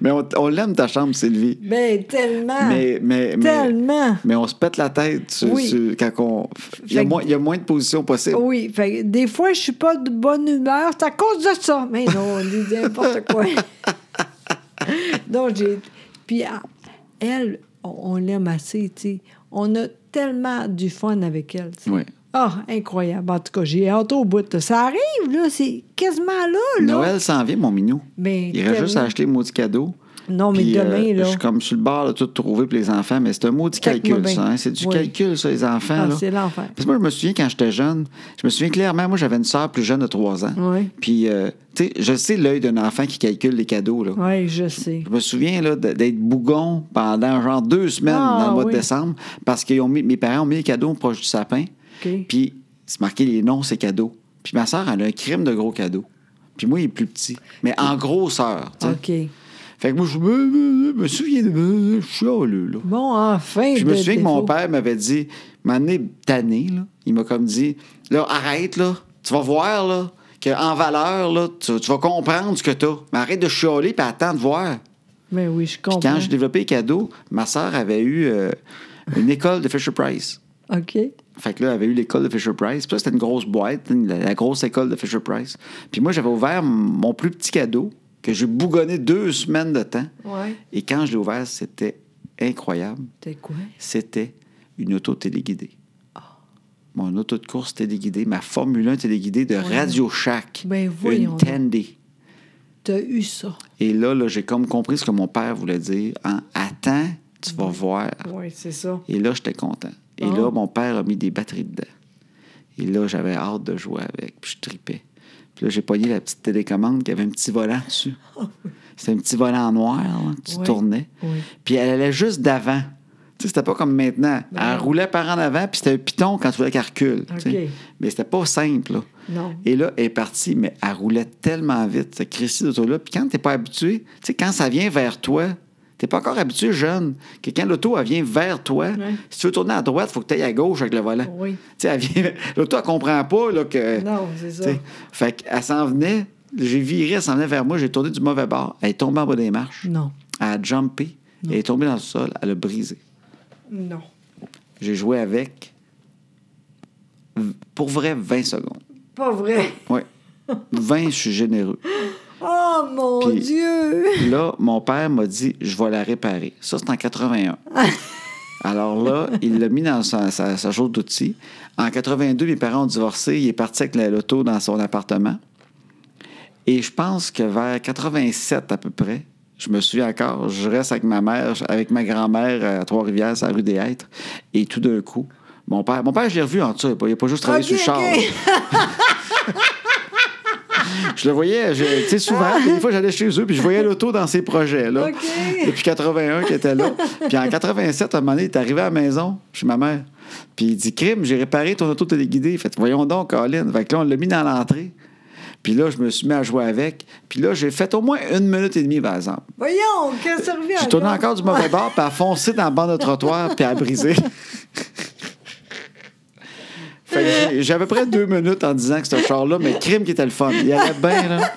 A: Mais on, on l'aime ta chambre, Sylvie.
B: Mais Ben, tellement.
A: Mais, mais, mais-
B: Ah, tellement.
A: mais on se pète la tête sur-
B: Oui.
A: sur- quand on. Il y, a
B: Fait que-
A: moins- il y a moins de positions possibles.
B: Oui, fait que des fois, je suis pas de bonne humeur. C'est à cause de ça. Mais non, on dit n'importe quoi. Donc, j'ai. Puis, ah, elle, on, on l'aime assez, tu sais. On a tellement du fun avec elle. tu sais.
A: Oui.
B: Ah, incroyable. En tout cas, j'ai hâte au bout. là. Ça arrive, là. C'est quasiment là, là.
A: Noël s'en vient, mon minou.
B: Mais
A: Il reste
B: tellement.
A: juste à acheter le maudit cadeau.
B: Non, mais
A: Puis,
B: demain,
A: euh,
B: là.
A: Je suis comme sur le bord de tout trouver pour les enfants, mais c'est un maudit
B: Check-moi
A: calcul,
B: bien.
A: ça. hein. C'est du
B: Oui.
A: calcul, ça, les enfants.
B: Ah,
A: là.
B: c'est l'enfer.
A: Parce que moi, je me souviens quand j'étais jeune, je me souviens clairement, moi, j'avais une sœur plus jeune de 3 ans.
B: Oui.
A: Puis, euh, tu sais, je sais l'œil d'un enfant qui calcule les cadeaux, là.
B: Oui, je sais.
A: Je me souviens là, de- d'être bougon pendant genre deux semaines
B: Ah,
A: dans le mois
B: oui.
A: de décembre parce que mes parents ont mis les cadeaux proche du sapin.
B: OK.
A: Puis c'est marqué les noms, c'est cadeaux. Puis ma soeur, elle a un crime de gros cadeaux. Puis moi, il est plus petit. Mais en grosseur. tu sais.
B: OK.
A: Fait que moi, je me, me- me souviens de. me- Je suis allé, là.
B: Bon, enfin.
A: Puis je me
B: de
A: souviens que mon
B: défaut.
A: père m'avait dit, m'a tanné, là. Il m'a comme dit, là, arrête, là. Tu vas voir, là, qu'en valeur, là, tu, tu vas comprendre ce que t'as. Mais arrête de chialer puis attends de voir.
B: Ben oui, je
A: Puis
B: comprends.
A: quand j'ai développé les cadeaux, ma sœur avait eu euh, une école de Fisher-Price.
B: OK.
A: Fait que là, elle avait eu l'école de Fisher-Price. Puis ça, c'était une grosse boîte, une- la, la grosse école de Fisher-Price. Puis moi, j'avais ouvert m- mon plus petit cadeau que j'ai bougonné deux semaines de temps.
B: Ouais.
A: Et quand je l'ai ouvert, c'était incroyable.
B: T'es quoi?
A: C'était une auto téléguidée.
B: Ah.
A: Mon auto de course téléguidée, ma Formule 1 téléguidée de Radio Shack.
B: Ben, voyons
A: une
B: donc.
A: Tandy.
B: T'as eu ça.
A: Et là, là j'ai comme compris ce que mon père voulait dire. en Attends, tu vas voir.
B: Oui, c'est ça.
A: Et là, j'étais content. Et
B: Bon.
A: là, mon père a mis des batteries dedans. Et là, j'avais hâte de jouer avec. Puis je tripais. Puis là, j'ai pogné la petite télécommande qui avait un petit volant dessus. C'était un petit volant noir, là, que tu
B: Ouais.
A: tournais.
B: Oui.
A: Puis elle allait juste d'avant. Tu sais, c'était pas comme maintenant.
B: Ben
A: elle
B: non.
A: roulait par en avant, puis c'était un piton quand tu voulais qu'elle recule. tu sais.
B: OK.
A: Mais c'était pas simple, là.
B: Non.
A: Et là, elle est partie, mais elle roulait tellement vite, cette Christie d'auto-là. Puis quand t'es pas habitué, tu sais, quand ça vient vers toi, t'es pas encore habitué jeune, que quand l'auto, elle vient vers toi,
B: Ouais.
A: si tu veux tourner à droite, faut que tu ailles à gauche avec le volant.
B: Oui.
A: Tu sais, elle vient... L'auto, elle comprend pas, là, que...
B: Non, c'est ça.
A: tu sais. Fait qu'elle s'en venait, j'ai viré, elle s'en venait vers moi, j'ai tourné du mauvais bord. Elle est tombée en bas des marches.
B: Non.
A: Elle a jumpé, elle est tombée dans le sol, elle a brisé.
B: Non.
A: J'ai joué avec, v- pour vrai, 20 secondes.
B: Pas vrai.
A: Oui. 20, je suis généreux.
B: Oh mon
A: Puis-
B: Dieu!
A: Là, mon père m'a dit Je vais la réparer. Ça, c'est en 81. Alors là, il l'a mis dans sa, sa, sa chose d'outils. En 82, mes parents ont divorcé. Il est parti avec la- l'auto dans son appartement. Et je pense que vers 87 à peu près, je me souviens encore, je reste avec ma mère, avec ma grand-mère à Trois-Rivières, à la rue des Hêtres. Et tout d'un coup, mon père, mon père, je l'ai revu en dessous. Il n'a pas juste travaillé
B: Ok,
A: sur le char.
B: ok.
A: Je le voyais, je- tu sais, souvent, puis des fois, j'allais chez eux, puis je voyais l'auto dans ses projets, là.
B: OK.
A: Depuis 81 qui était là. Puis en 87, à un moment donné, il est arrivé à la maison, chez ma mère. Puis il dit, crime, j'ai réparé ton auto téléguidée. Fait, voyons donc, Colin. Fait que là, on l'a mis dans l'entrée. Puis là, je me suis mis à jouer avec. Puis là, j'ai fait au moins une minute et demie, par exemple.
B: Voyons, qu'est-ce que ça revient?
A: J'ai tourné encore du mauvais bord, puis à foncer dans le banc de trottoir, puis à briser. Fait que j'ai- j'ai à peu près deux minutes en disant que ce char-là, mais crime qui était le fun. Il allait bien, là.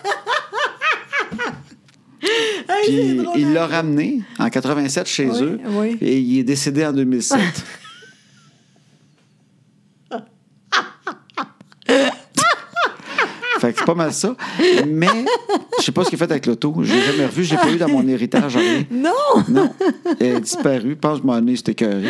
B: Hey, c'est
A: Puis
B: drôle,
A: il l'a
B: hein?
A: ramené en 87 chez
B: Oui,
A: eux.
B: oui.
A: Et il est décédé en 2007. fait que c'est pas mal ça. Mais je sais pas ce qu'il a fait avec l'auto. Je l'ai jamais revu. Je l'ai pas eu dans mon héritage. rien.
B: Non!
A: Non. Elle a disparu. Je pense que je m'en ai, c'était écœuré.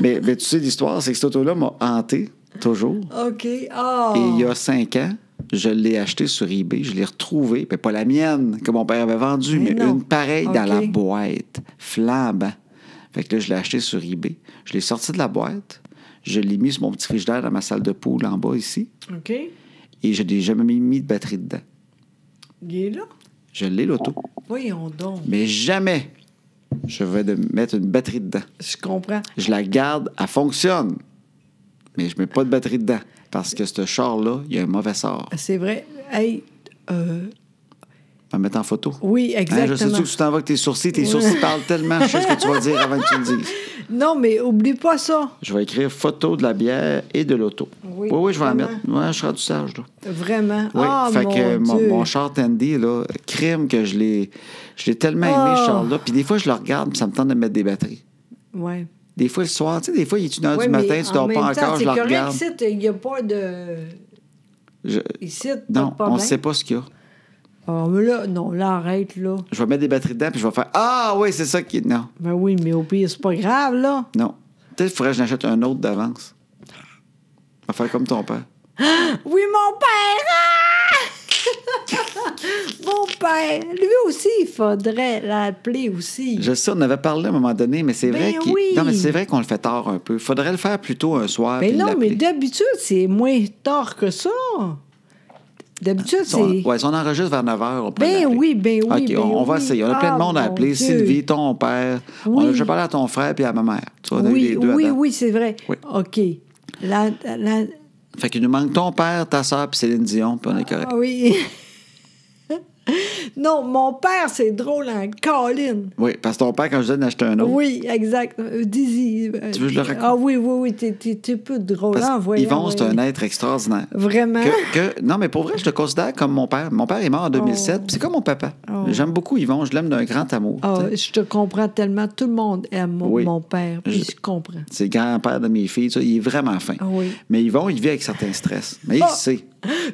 A: Mais, mais tu sais, l'histoire, c'est que cette auto-là m'a hanté toujours.
B: OK. Ah!
A: Et il y a cinq ans, je l'ai acheté sur eBay, je l'ai retrouvée, mais pas la mienne que mon père avait vendue,
B: Mais
A: mais,
B: non.
A: une pareille dans la
B: OK.
A: boîte, flambant. Fait que là, je l'ai acheté sur eBay, je l'ai sorti de la boîte, je l'ai mis sur mon petit frigidaire dans ma salle de poule en bas ici,
B: OK.
A: et je n'ai jamais mis, mis de batterie dedans.
B: Il est là.
A: Je l'ai l'auto,
B: Voyons donc.
A: mais jamais je vais de mettre une batterie dedans.
B: Je comprends.
A: Je la garde, elle fonctionne, mais je mets pas de batterie dedans parce que ce char-là, il a un mauvais sort.
B: C'est vrai. Hey, euh,
A: On va mettre en photo.
B: oui,
A: Hein, je sais
B: exactement.
A: que tu t'en vas avec tes sourcils. Tes
B: Ouais.
A: sourcils parlent tellement. Je sais ce que tu vas dire avant que tu le dises.
B: Non, mais oublie pas ça.
A: Je vais écrire photo de la bière et de l'auto.
B: Oui,
A: oui, je vais en
B: vraiment.
A: mettre. Ouais, je serai du sage. là.
B: Vraiment.
A: Oui,
B: ah,
A: fait
B: mon
A: que mon,
B: Dieu.
A: mon char Tandy, là, crime que je l'ai. Je l'ai tellement aimé, ce
B: Oh.
A: char-là. Puis des fois, je le regarde, puis ça me tente de mettre des batteries.
B: Ouais.
A: Des fois, le soir, tu sais, des fois, il est une heure
B: Ouais,
A: du
B: mais
A: matin, tu
B: en
A: dors
B: même
A: pas
B: temps,
A: encore, je
B: c'est
A: le
B: correct,
A: regarde.
B: ici, Il n'y a pas de.
A: Je-
B: Ici, pas
A: Non,
B: de
A: on
B: problème.
A: ne sait pas ce qu'il y a.
B: Ah, mais là, non, là, arrête, là.
A: Je vais mettre des batteries dedans, puis je vais faire Ah, oui, c'est ça qui. Non,
B: Ben oui, mais au pire, c'est pas grave, là.
A: non. Peut-être qu'il faudrait que je n'achète un autre d'avance. On va faire comme ton père.
B: Oui, mon père! Ah! mon père! Lui aussi, il faudrait l'appeler aussi.
A: Je sais, on en avait parlé à un moment donné, mais c'est
B: Ben
A: vrai qu'il-
B: oui.
A: non, mais c'est vrai qu'on le fait tard un peu. Faudrait le faire plutôt un soir.
B: Mais
A: puis
B: non, mais
A: l'appeler.
B: d'habitude, c'est moins tard que ça. D'habitude,
A: Si on,
B: c'est.
A: Ah, ouais, si on enregistre vers 9 h, on peut.
B: Ben
A: l'appeler.
B: oui, ben oui.
A: OK,
B: ben
A: on, on va
B: oui.
A: essayer. On a plein de
B: Ah,
A: monde à
B: mon
A: appeler.
B: Dieu.
A: Sylvie, ton père. On
B: Oui.
A: a déjà parlé à ton frère puis à ma mère. Tu vois, on a eu
B: Oui,
A: les deux
B: oui,
A: à date.
B: oui, c'est vrai.
A: Oui.
B: OK. La, la-
A: Fait qu'il nous manque ton père, ta soeur puis Céline Dion, puis on est correct.
B: ah oui. non, mon père, c'est drôle en colline.
A: Oui, parce que ton père, quand je disais d'acheter un autre,
B: Oui, exact. Euh, Dizzy. euh,
A: Ah Tu veux que je le raconte?
B: Ah oui, oui, oui, t'es, t'es, t'es un peu drôle.
A: parce
B: Hein,
A: que
B: voyons,
A: Yvon, c'est
B: oui.
A: un être extraordinaire.
B: Vraiment?
A: Que, que- non, mais pour vrai, je le considère comme mon père. Mon père est mort en 2007, puis c'est comme mon papa.
B: Oh.
A: J'aime beaucoup Yvon, je l'aime d'un grand amour.
B: Ah,
A: tu sais.
B: je te comprends tellement. Tout le monde aime mon,
A: Oui.
B: mon père, puis
A: Je-
B: je comprends.
A: C'est le grand-père de mes filles, ça, il est vraiment fin.
B: Ah oui.
A: Mais Yvon, il vit avec certains stress. Mais il
B: Ah!
A: sait.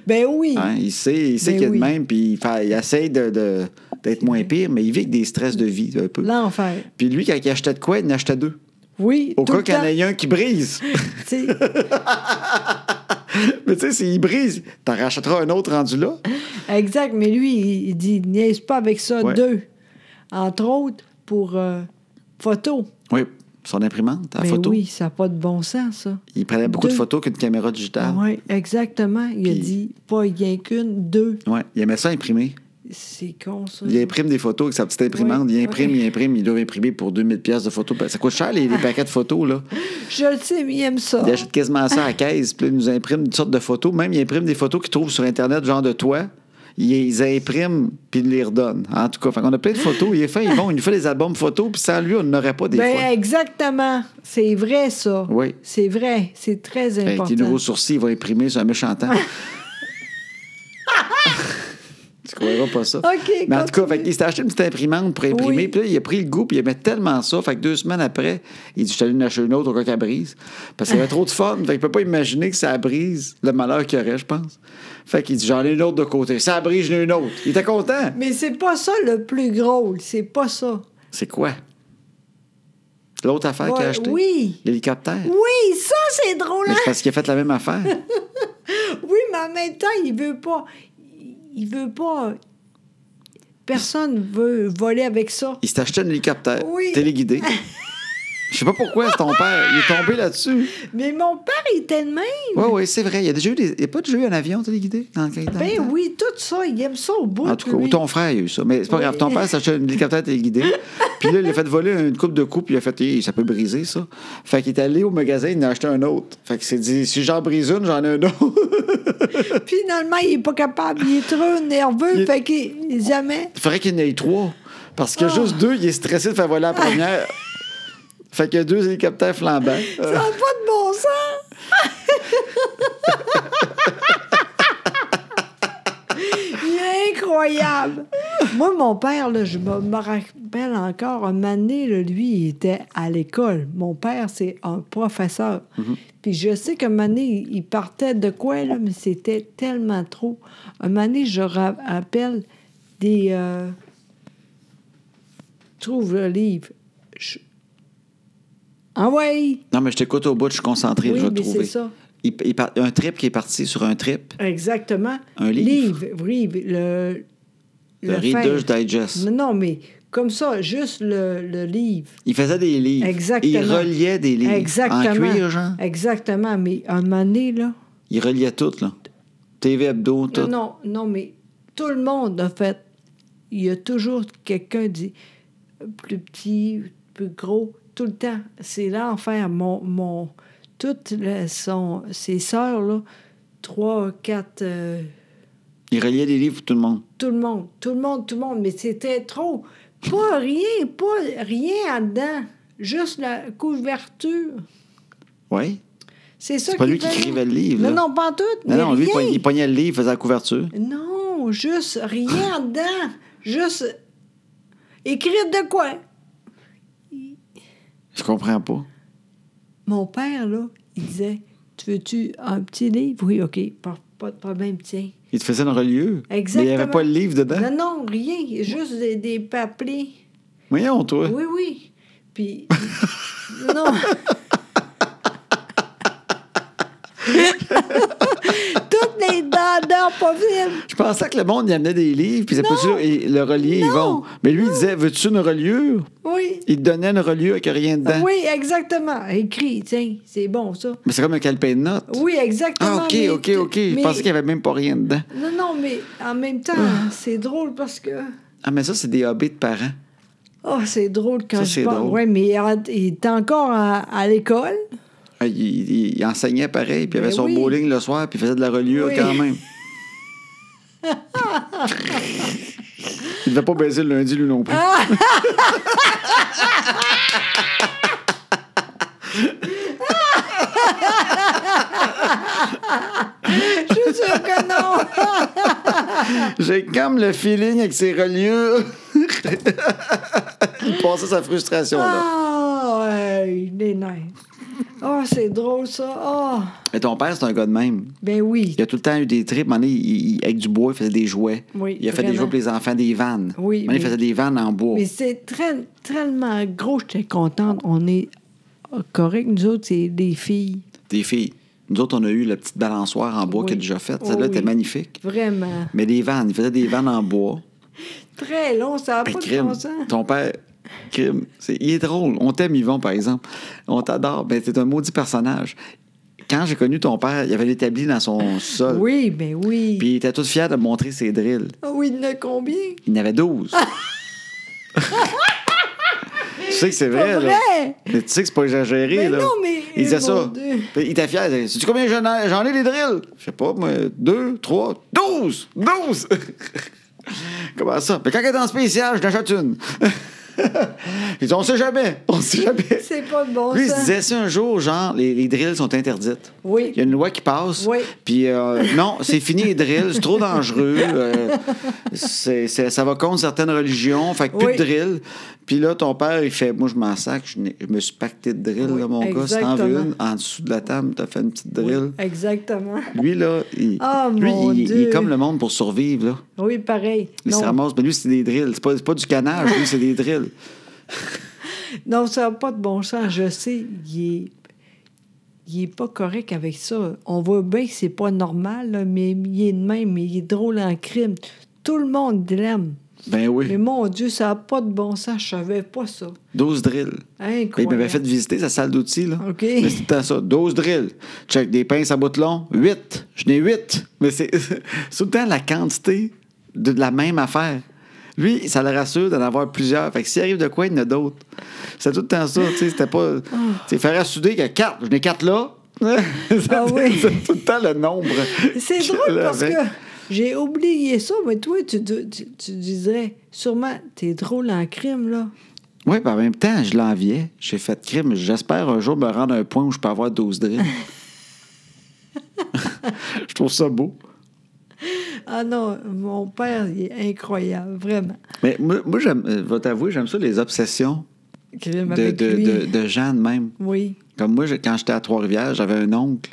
B: Ben oui.
A: hein, il sait, il sait
B: Ben
A: qu'il est
B: oui.
A: de même, puis il, fait- il essaie de, de- d'être moins pire, mais il vit avec des stress de vie un peu.
B: L'enfer.
A: Puis lui, quand il achetait de quoi, il en achetait deux.
B: Oui.
A: Au
B: tout
A: cas
B: le
A: qu'il y en
B: temps.
A: ait un qui brise.
B: Tu sais,
A: mais tu sais, s'il brise, t'en rachèteras un autre rendu là.
B: exact, mais lui, il- il dit niaise pas avec ça,
A: Ouais.
B: deux. Entre autres, pour euh, photo.
A: Oui, son imprimante, la
B: Mais
A: photo.
B: Ben oui, ça n'a pas de bon sens, ça.
A: Il prenait beaucoup
B: Deux. Ah
A: de photos qu'une caméra digitale.
B: Oui, exactement. Il a
A: Ah. Puis-
B: dit pas rien qu'une, deux.
A: Ouais, il aimait ça imprimer.
B: C'est con, ça.
A: Il imprime des photos avec sa petite imprimante.
B: Ouais,
A: il imprime,
B: ouais.
A: il imprime. Il doit imprimer pour 2000 pièces de photos. Ben, Ça coûte cher,
B: Ah.
A: les, les paquets de photos, là.
B: Je le sais, mais il aime ça. hein?
A: Il achète quasiment ça à 15, puis là, il nous imprime une sorte de photos. Même, il imprime des photos qu'il trouve sur Internet, genre de toi. Il les imprime, puis il les redonne. En tout cas, fait on a plein de photos. Il est fait, ils vont, il nous fait des albums photos, puis sans lui, on n'aurait pas des
B: Ben,
A: fois.
B: exactement. C'est vrai, ça.
A: Oui.
B: C'est vrai. C'est très
A: Avec
B: important.
A: tes nouveaux sourcils, il va imprimer sur un méchant temps. tu croiras pas ça.
B: OK,
A: Mais en tout cas,
B: continue.
A: fait, il s'est acheté une petite imprimante pour imprimer.
B: Oui.
A: Puis là, il a pris le goût, puis il aimait tellement ça. Fait que deux semaines après, il dit Je t'allais en acheter une autre au cas qu'elle brise. Parce qu'il avait trop de fun. Fait qu'il peut pas imaginer que ça brise le malheur qu'il y aurait, je pense. Fait qu'il dit J'en ai une autre de côté. Ça brise, j'en ai une autre. Il était content.
B: Mais c'est pas ça le plus drôle. C'est pas ça.
A: C'est quoi L'autre affaire qu'il
B: Ouais,
A: a achetée
B: oui.
A: L'hélicoptère.
B: Oui, ça, c'est drôle.
A: Mais
B: hein?
A: c'est parce qu'il a fait la même affaire.
B: Oui, mais en même temps, il veut pas. il veut pas. Personne veut voler avec ça.
A: Il s'est acheté un hélicoptère
B: Oui.
A: téléguidé. Je sais pas pourquoi c'est ton père. Il est tombé là-dessus.
B: Mais mon père il était de même.
A: Oui, oui, c'est vrai. Il y a déjà eu des... Il y a pas déjà eu un avion téléguidé dans le dans le
B: Ben
A: temps?
B: oui, tout ça, il aime ça au bout.
A: En tout cas,
B: lui.
A: ou ton frère, il a eu ça. Mais c'est pas
B: Oui.
A: grave. Ton père s'est acheté un hélicoptère téléguidé. Puis là, il a fait voler une coupe de coups. Puis il a fait, Hey, ça peut briser, ça. Fait qu'il est allé au magasin, il en a acheté un autre. Fait qu'il s'est dit, si j'en brise une, j'en ai un autre.
B: Finalement, il est pas capable, il est trop nerveux,
A: Il-
B: fait qu'il jamais.
A: Il faudrait qu'il y en ait trois. Parce
B: Ah.
A: que juste deux, il est stressé de faire voler la première. fait qu'il y a deux hélicoptères flambants.
B: Ça n'a pas de bon sens! hein. Il est incroyable! Moi, mon père, là, je me me rappelle encore, un moment donné, là, lui, il était à l'école. Mon père, c'est un professeur. Puis je sais qu'un moment donné, il partait de quoi, là, mais c'était tellement trop. Un moment donné, je ra- rappelle des... euh, Trouve le livre. Je... Ah ouais!
A: Non, mais je t'écoute au bout, je suis concentré,
B: Oui,
A: je vais
B: mais
A: le trouver.
B: c'est ça.
A: Il, il par- un trip qui est parti sur un trip.
B: Exactement.
A: Un livre.
B: Livre, le...
A: Le
B: faire.
A: Reader's Digest.
B: Non, non, mais comme ça, juste le, le livre.
A: Il faisait des livres.
B: Exactement.
A: Il reliait des livres.
B: Exactement.
A: En cuir, genre.
B: Exactement, mais un moment donné, là...
A: Il reliait tout, là. TV Hebdo, tout.
B: Non, non, non, mais tout le monde, en fait, il y a toujours quelqu'un dit plus petit, plus gros, tout le temps. C'est l'enfer. Mon, mon, toutes le- son, ses sœurs, là, trois, quatre... euh,
A: Il reliait des livres pour tout le monde.
B: tout le monde, tout le monde, tout le monde, mais c'était trop. Pas rien, pas rien en dedans. Juste la couverture.
A: Oui.
B: C'est ça
A: C'est pas lui qui
B: fallait.
A: écrivait le livre,
B: Non,
A: là.
B: non, pas en tout.
A: Non,
B: mais
A: non, lui, il
B: rien.
A: pognait- il pognait le livre, faisait la couverture.
B: Non, juste rien en dedans. Juste écrire de quoi?
A: Je comprends pas.
B: Mon père, là, il disait Tu veux-tu un petit livre? Oui, OK, pas, pas de problème, tiens.
A: Il te faisait une reliure.
B: Exactement.
A: Mais il n'y avait pas le livre dedans.
B: Non, non, rien. Juste des, des papiers.
A: Voyons, toi.
B: Oui, oui. Puis. non. Toutes les dents d'or possibles.
A: Je pensais que le monde, il amenait des livres, puis c'est
B: Non.
A: pas sûr, et le relier, ils
B: Non.
A: vont. Mais lui, il disait, veux-tu une reliure?
B: Oui.
A: Il te donnait une reliure avec rien dedans.
B: Oui, exactement. Écrit, tiens, c'est bon, ça.
A: Mais c'est comme un calepin de notes.
B: Oui, exactement.
A: Ah, OK,
B: mais-
A: OK, OK. Je
B: mais-
A: pensais qu'il n'y avait Ah. même pas rien dedans.
B: Non, non, mais en même temps, c'est drôle parce que.
A: Ah, mais ça, c'est des hobbies de parents.
B: Oh, c'est drôle quand
A: Ça,
B: je
A: c'est
B: parle.
A: drôle.
B: Oui, mais il a- il est encore à, à l'école.
A: Ah, Il, il- il enseignait pareil, puis il avait
B: Ben
A: son
B: oui.
A: bowling le soir, puis il faisait de la reliure
B: Oui.
A: quand même. il devait pas baiser le lundi, lui non
B: Ah!
A: plus.
B: Je suis sûre que non.
A: J'ai comme le feeling avec ses reliures. il passait sa frustration, là.
B: Ah, hey, les nerfs. Oh, c'est drôle, ça. Oh,
A: Mais ton père, c'est un gars de même.
B: ben oui.
A: Il a tout le temps eu des tripes. À un moment donné, il- il- avec du bois, il faisait des jouets.
B: Oui,
A: il a fait des
B: vraiment.
A: jouets pour les enfants, des vannes. À
B: Oui,
A: un moment donné,
B: mais-
A: Il faisait des vannes en bois.
B: Mais c'est très, tellement gros. J'étais contente. On est euh, correct. Nous autres, c'est des filles.
A: Des filles. Nous autres, on a eu la petite balançoire en bois
B: Oui.
A: qu'il a déjà faite.
B: Oh,
A: Celle-là était
B: oui.
A: magnifique.
B: Vraiment.
A: Mais des vannes. Il faisait des vannes en bois.
B: Très long. Ça n'a
A: Ben,
B: pas de
A: crime.
B: bon sens.
A: Ton père, crime. C'est- il est drôle. On t'aime, Yvon, par exemple. On t'adore. Ben, t'es un maudit personnage. Quand j'ai connu ton père, il avait l'établi dans son sol.
B: Oui, ben oui.
A: Puis il était tout fier de me montrer ses drills.
B: Ah oui, il y en a combien?
A: Il en avait 12. tu sais que c'est vrai,
B: Pas
A: Eh, là.
B: vrai!
A: Mais tu sais que c'est pas exagéré,
B: Mais
A: là.
B: non, mais- euh,
A: Il disait
B: mon
A: ça.
B: Dieu.
A: Puis Il était fier. Il disait, Sais-tu combien j'en ai, j'en ai les drills? Je sais pas, moi, deux, trois, douze! Douze! Comment ça? Mais quand elle est en spécial, je l'achète une. Il dit, on sait jamais. On sait jamais.
B: C'est pas de bon
A: Lui, il se
B: sens.
A: disait, si un jour, genre, les, les drills sont interdites.
B: Oui.
A: Il y a une loi qui passe.
B: Oui.
A: Puis, euh, non, c'est fini les drills, c'est trop dangereux. euh, c'est- c'est- ça va contre certaines religions, fait que plus
B: Oui.
A: de drills. Puis là, ton père, il fait, moi, je m'en sac, je, n'ai- je me suis pacté de drills,
B: Oui,
A: là, mon gars. Si t'en veux
B: exactement.
A: une, en dessous de la table, t'as fait une petite drill.
B: Exactement.
A: Lui, là, il,
B: Ah,
A: lui,
B: mon
A: il, il
B: Dieu.
A: est comme le monde pour survivre, là.
B: Oui, pareil.
A: Il se
B: Non,
A: ramasse, mais lui, c'est des drills. C'est pas, c'est pas du canage, lui, c'est des drills.
B: non, ça n'a pas de bon sens. Je sais, il est... il n'est pas correct avec ça. On voit bien que c'est pas normal, là, mais il est de même, mais il est drôle en crime. Tout le monde l'aime.
A: Ben
B: Mais
A: oui.
B: mon Dieu, ça n'a pas de bon sens. Je savais pas ça.
A: 12 drills. Ben, il
B: Incroyable.
A: m'avait fait visiter sa salle d'outils. Là.
B: OK.
A: Mais c'était ça. 12 drills. Check des pinces à bout long. 8. Je n'ai 8. Mais c'est c'est tout le temps la quantité de la même affaire. Lui, ça le rassure d'en avoir plusieurs. Fait que s'il arrive de quoi, il y en a d'autres. C'est tout le temps ça. Tu sais, c'était pas. Tu sais, faire à souder qu'il y a 4. Je n'ai 4 là. C'était-
B: Ah. Ah oui.
A: C'est tout le temps le nombre.
B: C'est
A: qu'il
B: drôle parce
A: avait.
B: que j'ai oublié ça, mais toi, tu, tu, tu- tu dirais sûrement, t'es drôle en crime, là.
A: Oui, puis en même temps, je l'enviais. J'ai fait crime. J'espère un jour me rendre à un point où je peux avoir 12 drills. je trouve ça beau.
B: Ah non, mon père, il est incroyable, vraiment.
A: Mais moi, moi, j'aime, euh, va t'avouer, j'aime ça, les obsessions
B: Crime
A: de,
B: avec
A: de,
B: lui.
A: de, de gens de même.
B: Oui.
A: Comme moi, je- quand j'étais à Trois-Rivières, j'avais un oncle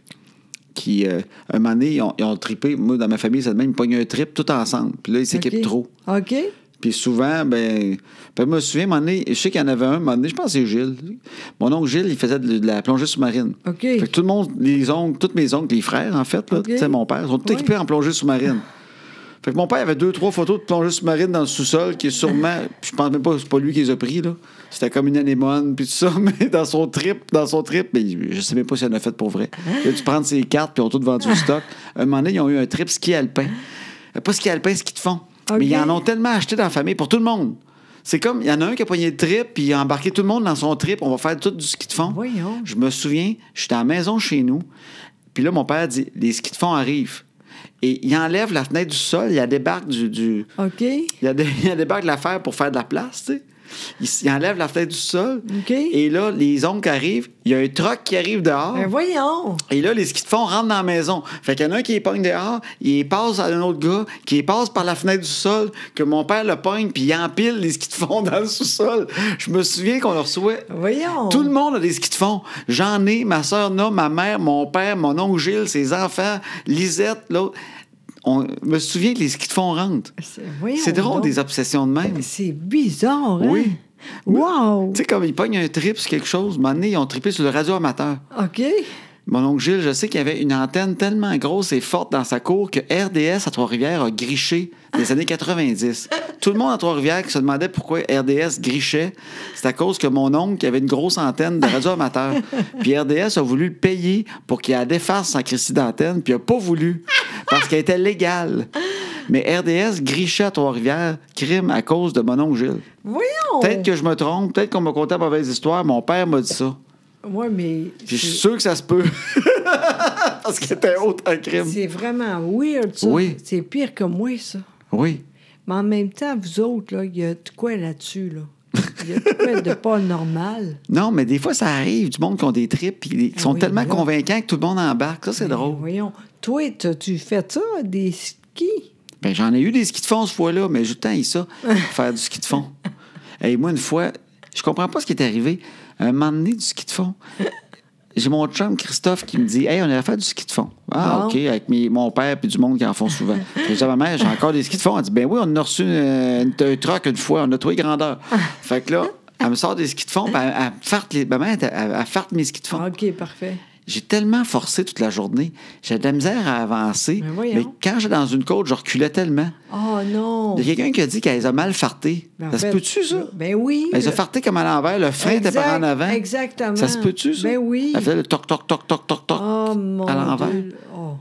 A: qui, euh, un moment donné, ils ont, ils ont trippé. Moi, dans ma famille, c'est de même, ils pognent un trip tout ensemble. Puis là, ils s'équipent
B: OK.
A: trop.
B: OK?
A: Puis souvent, ben, ben, moi, je me souviens, un moment donné, je sais qu'il y en avait un, un moment donné, je pense que c'est Gilles. Mon oncle Gilles, il faisait de, de la plongée sous-marine.
B: OK.
A: Fait que tout le monde, les oncles, tous mes oncles, les frères, en fait, là,
B: OK.
A: tu sais, mon père, sont tous
B: Ouais.
A: équipés en plongée sous-marine. Fait que mon père avait deux, trois photos de plongée sous-marine dans le sous-sol, qui est sûrement, je pense même pas, c'est pas lui qui les a pris, là. C'était comme une anémone, puis tout ça, mais dans son trip, dans son trip, mais je sais même pas si elle en a fait pour vrai. Il a dû prendre ses cartes, puis ils ont tout vendu le stock. un moment donné, ils ont eu un trip ski alpin. Euh, Pas ski alpin, ski de fond.
B: OK.
A: Mais ils en ont tellement acheté dans la famille, pour tout le monde. C'est comme, il y en a un qui a pogné le trip, puis il a embarqué tout le monde dans son trip. On va faire tout du ski de fond.
B: Voyons.
A: Je me souviens, j'étais à la maison chez nous. Puis là, mon père dit les skis de fond arrivent. Et il enlève la fenêtre du sol, il la débarque du. du-
B: OK?
A: il, la dé- il la débarque de l'affaire pour faire de la place, tu sais. Il, s- il enlève la fenêtre du sol.
B: OK.
A: Et là, les oncles arrivent. Il y a un troc qui arrive dehors.
B: Ben voyons!
A: Et là, les skis de fond rentrent dans la maison. Fait qu'il y en a un qui les pogne dehors, il les passe à un autre gars, qui les passe par la fenêtre du sol, que mon père le pogne, puis il empile les skis de fond dans le sous-sol. Je me souviens qu'on leur souhait.
B: Voyons!
A: Tout le monde a des skis de fond. J'en ai, ma soeur n'a, ma mère, mon père, mon oncle Gilles, ses enfants, Lisette, l'autre. On je me souvient que les skis de fond rentrent.
B: C'est voyons
A: C'est drôle,
B: donc.
A: des obsessions de même.
B: C'est bizarre, hein?
A: Oui.
B: Wow!
A: Tu sais, comme ils pognent un trip sur quelque chose, à un moment donné, ils ont trippé sur le radio amateur.
B: OK?
A: Mon oncle Gilles, je sais qu'il y avait une antenne tellement grosse et forte dans sa cour que RDS à Trois-Rivières a griché des années 90. Tout le monde à Trois-Rivières qui se demandait pourquoi RDS grichait, c'est à cause que mon oncle qui avait une grosse antenne de radio amateur. Puis RDS a voulu le payer pour qu'il la défasse sans Christie d'antenne, puis il n'a pas voulu parce qu'elle était légale. Mais RDS grichait à Trois-Rivières, crime à cause de mon oncle Gilles.
B: Voyons!
A: Peut-être que je me trompe, peut-être qu'on m'a conté la mauvaise histoire, mon père m'a dit ça.
B: Oui, mais.
A: Puis je
B: c'est-
A: suis sûr que ça se peut. Parce qu'il était autre un crime.
B: C'est vraiment weird, ça.
A: Oui.
B: C'est pire que moi, ça.
A: Oui.
B: Mais en même temps, vous autres, là, il y a de quoi là-dessus, là. Il y a de quoi de pas normal.
A: Non, mais des fois, ça arrive. Du monde qui ont des tripes, puis ils sont
B: oui,
A: tellement
B: voilà.
A: convaincants que tout le monde embarque. Ça, c'est
B: Mais
A: drôle.
B: Ben, Voyons. Toi, tu fais ça, des skis?
A: Ben, j'en ai eu des skis de fond ce fois-là, mais j'ai le temps, eu ça, faire du ski de fond. Et moi, une fois, je comprends pas ce qui est arrivé. Un moment donné, du ski de fond, j'ai mon chum Christophe qui me dit Hey, on irait faire du ski de fond. Ah,
B: Bon.
A: OK, avec mes- mon père puis du monde qui en font souvent. J'ai dit à ma mère J'ai encore des skis de fond. Elle dit Ben oui, on en a reçu euh, une- un truck une fois, on a trouvé grandeur. Fait que là, elle me sort des skis de fond, puis elle, elle farte les. Ma mère, elle, elle- elle farte mes skis de fond.
B: Ah, OK, parfait.
A: J'ai tellement forcé toute la journée. J'ai de la misère à avancer.
B: Mais voyons.
A: quand j'étais dans une côte, je reculais tellement.
B: Oh non!
A: Il y a quelqu'un qui a dit qu'elle a mal farté.
B: Ben, en
A: ça se
B: fait,
A: peut-tu, ça?
B: Ben oui.
A: Elle a
B: là.
A: farté comme à l'envers. Le frein était par en
B: Exact,
A: avant.
B: exactement.
A: Ça se peut-tu, ça?
B: Ben oui.
A: Elle faisait le toc, toc, toc, toc, toc, toc.
B: Oh mon
A: à l'envers.
B: Dieu. Oh.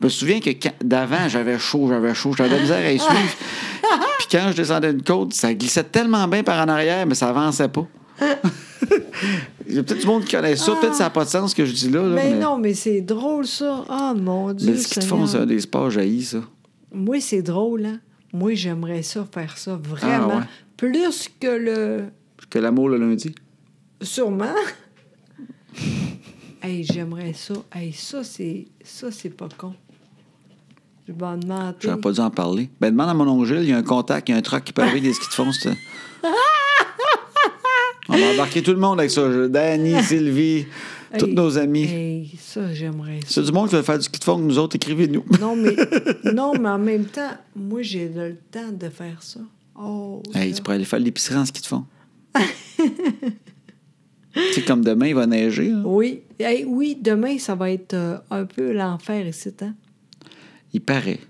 A: Je me souviens que quand- d'avant, j'avais chaud, j'avais chaud, j'avais de la misère à y suivre. Puis quand je descendais une côte, ça glissait tellement bien par en arrière, mais ça avançait pas. Il y a peut-être du monde qui connaît ça. Peut-être que ça n'a pas de sens ce que je dis là. là,
B: Mais Ah. Ben non, mais c'est drôle, ça. Oh mon Dieu.
A: Mais le ski de fond,
B: Seigneur.
A: c'est un des sports jaillis, ça.
B: Moi, c'est drôle, hein? Moi, j'aimerais ça, faire ça, vraiment.
A: Ah ouais.
B: Plus que le...
A: Que l'amour le lundi.
B: Sûrement. hey, j'aimerais ça. Hey, ça, c'est... Ça, c'est pas con. Je vais en demander.
A: J'aurais pas dû en parler. Ben, demande à mon oncle Gilles, il y a un contact, il y a un truc qui peut arriver des skis de fond. c'est- On va embarquer tout le monde avec ça. Je- Danny, Sylvie, tous
B: Hey,
A: nos amis.
B: Hey, ça, j'aimerais ça.
A: C'est du monde qui veut faire du ski de fond que nous autres, écrivez-nous.
B: Non, mais... non, mais en même temps, moi, j'ai le temps de faire ça. Oh,
A: Hey,
B: ça.
A: tu pourrais aller faire l'épicerie en ski de fond. C'est comme demain, il va neiger. là.
B: Oui. Eh, oui, demain, ça va être euh, un peu l'enfer ici, hein?
A: Il paraît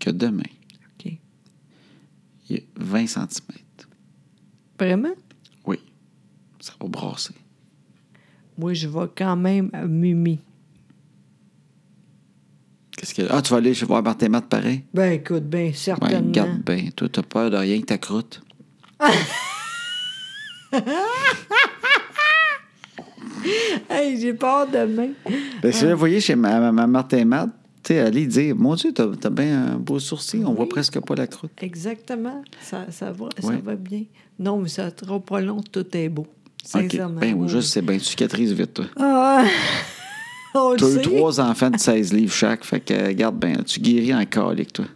A: que demain,
B: OK.
A: il y a 20 cm.
B: Vraiment?
A: Oui, ça va brasser.
B: Moi, je vais quand même à Mimi.
A: Qu'est-ce que... Ah, tu vas aller chez voir Martin Matt pareil?
B: Ben, écoute, ben,
A: Ouais,
B: certainement.
A: garde bien. Toi, t'as peur de rien que ta croûte.
B: Hey, j'ai peur demain.
A: Ben, si vous voyez chez ma, ma- ma Martin Matt, tu sais, allez dire Mon Dieu, t'as as bien un beau sourcil, on voit presque pas la croûte.
B: Exactement. Ça, ça, va, ça
A: Ouais.
B: va bien. Non, mais ça ne sera pas long, tout est beau.
A: OK.
B: Sincèrement.
A: Ben oui, juste, c'est bien, tu cicatrises vite, toi.
B: Ah, on le
A: Tu as eu
B: sait.
A: trois enfants de 16 livres chaque, fait que euh, garde bien, tu guéris en calique, toi.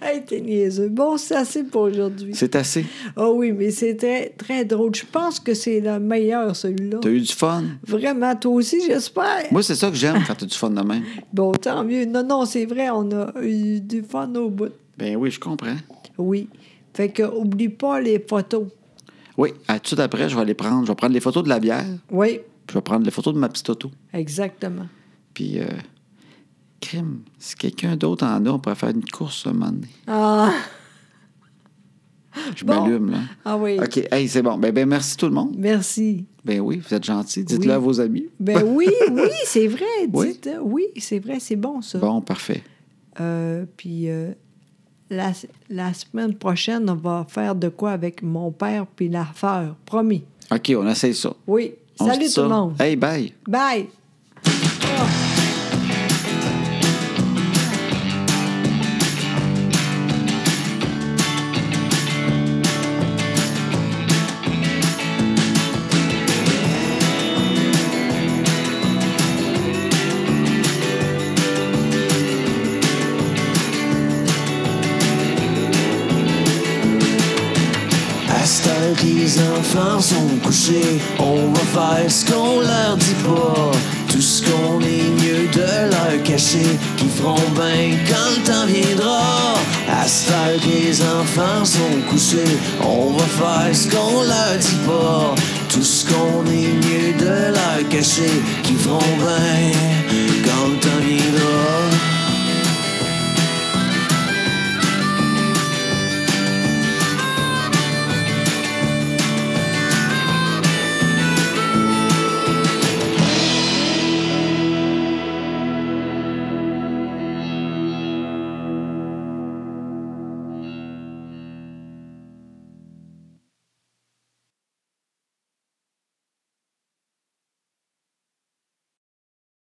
B: Hey, t'es niaiseux. Bon, c'est assez pour aujourd'hui.
A: C'est assez.
B: Ah oui, mais c'est très, très drôle. Je pense que c'est le meilleur, celui-là.
A: T'as eu du fun.
B: Vraiment, toi aussi, j'espère.
A: Moi, c'est ça que j'aime quand t'as du fun de même.
B: Bon, tant mieux. Non, non, c'est vrai, on a eu du fun au bout.
A: Ben oui, je comprends.
B: Oui. Fait que, oublie pas les photos.
A: Oui, à tout de suite après, je vais aller prendre. Je vais prendre les photos de la bière,
B: Oui,
A: puis je vais prendre les photos de ma petite auto.
B: exactement.
A: Puis, euh, crime, si quelqu'un d'autre en a, on pourrait faire une course un moment donné.
B: Ah,
A: Je
B: Bon.
A: m'allume, là.
B: ah oui.
A: OK, hey, c'est bon. Ben, ben, merci tout le monde.
B: Merci.
A: Ben oui, vous êtes gentils. Dites-le
B: Oui.
A: à vos amis.
B: Ben oui, oui, c'est vrai.
A: Oui.
B: Dites, euh, oui, c'est vrai, c'est bon, ça.
A: Bon, parfait.
B: Euh, puis euh, la, la semaine prochaine, on va faire de quoi avec mon père puis la fleur, promis.
A: OK, on essaye ça.
B: Oui.
A: On se dit
B: Salut tout
A: ça.
B: le monde.
A: Hey, bye.
B: Bye.
C: À cette heure que les enfants sont couchés, on va faire ce qu'on leur dit pas. Tout ce qu'on est mieux de leur cacher, qui feront bien quand le temps viendra. À cette heure que les enfants sont couchés, on va faire ce qu'on leur dit pas. Tout ce qu'on est mieux de leur cacher, qui feront bien quand le temps viendra.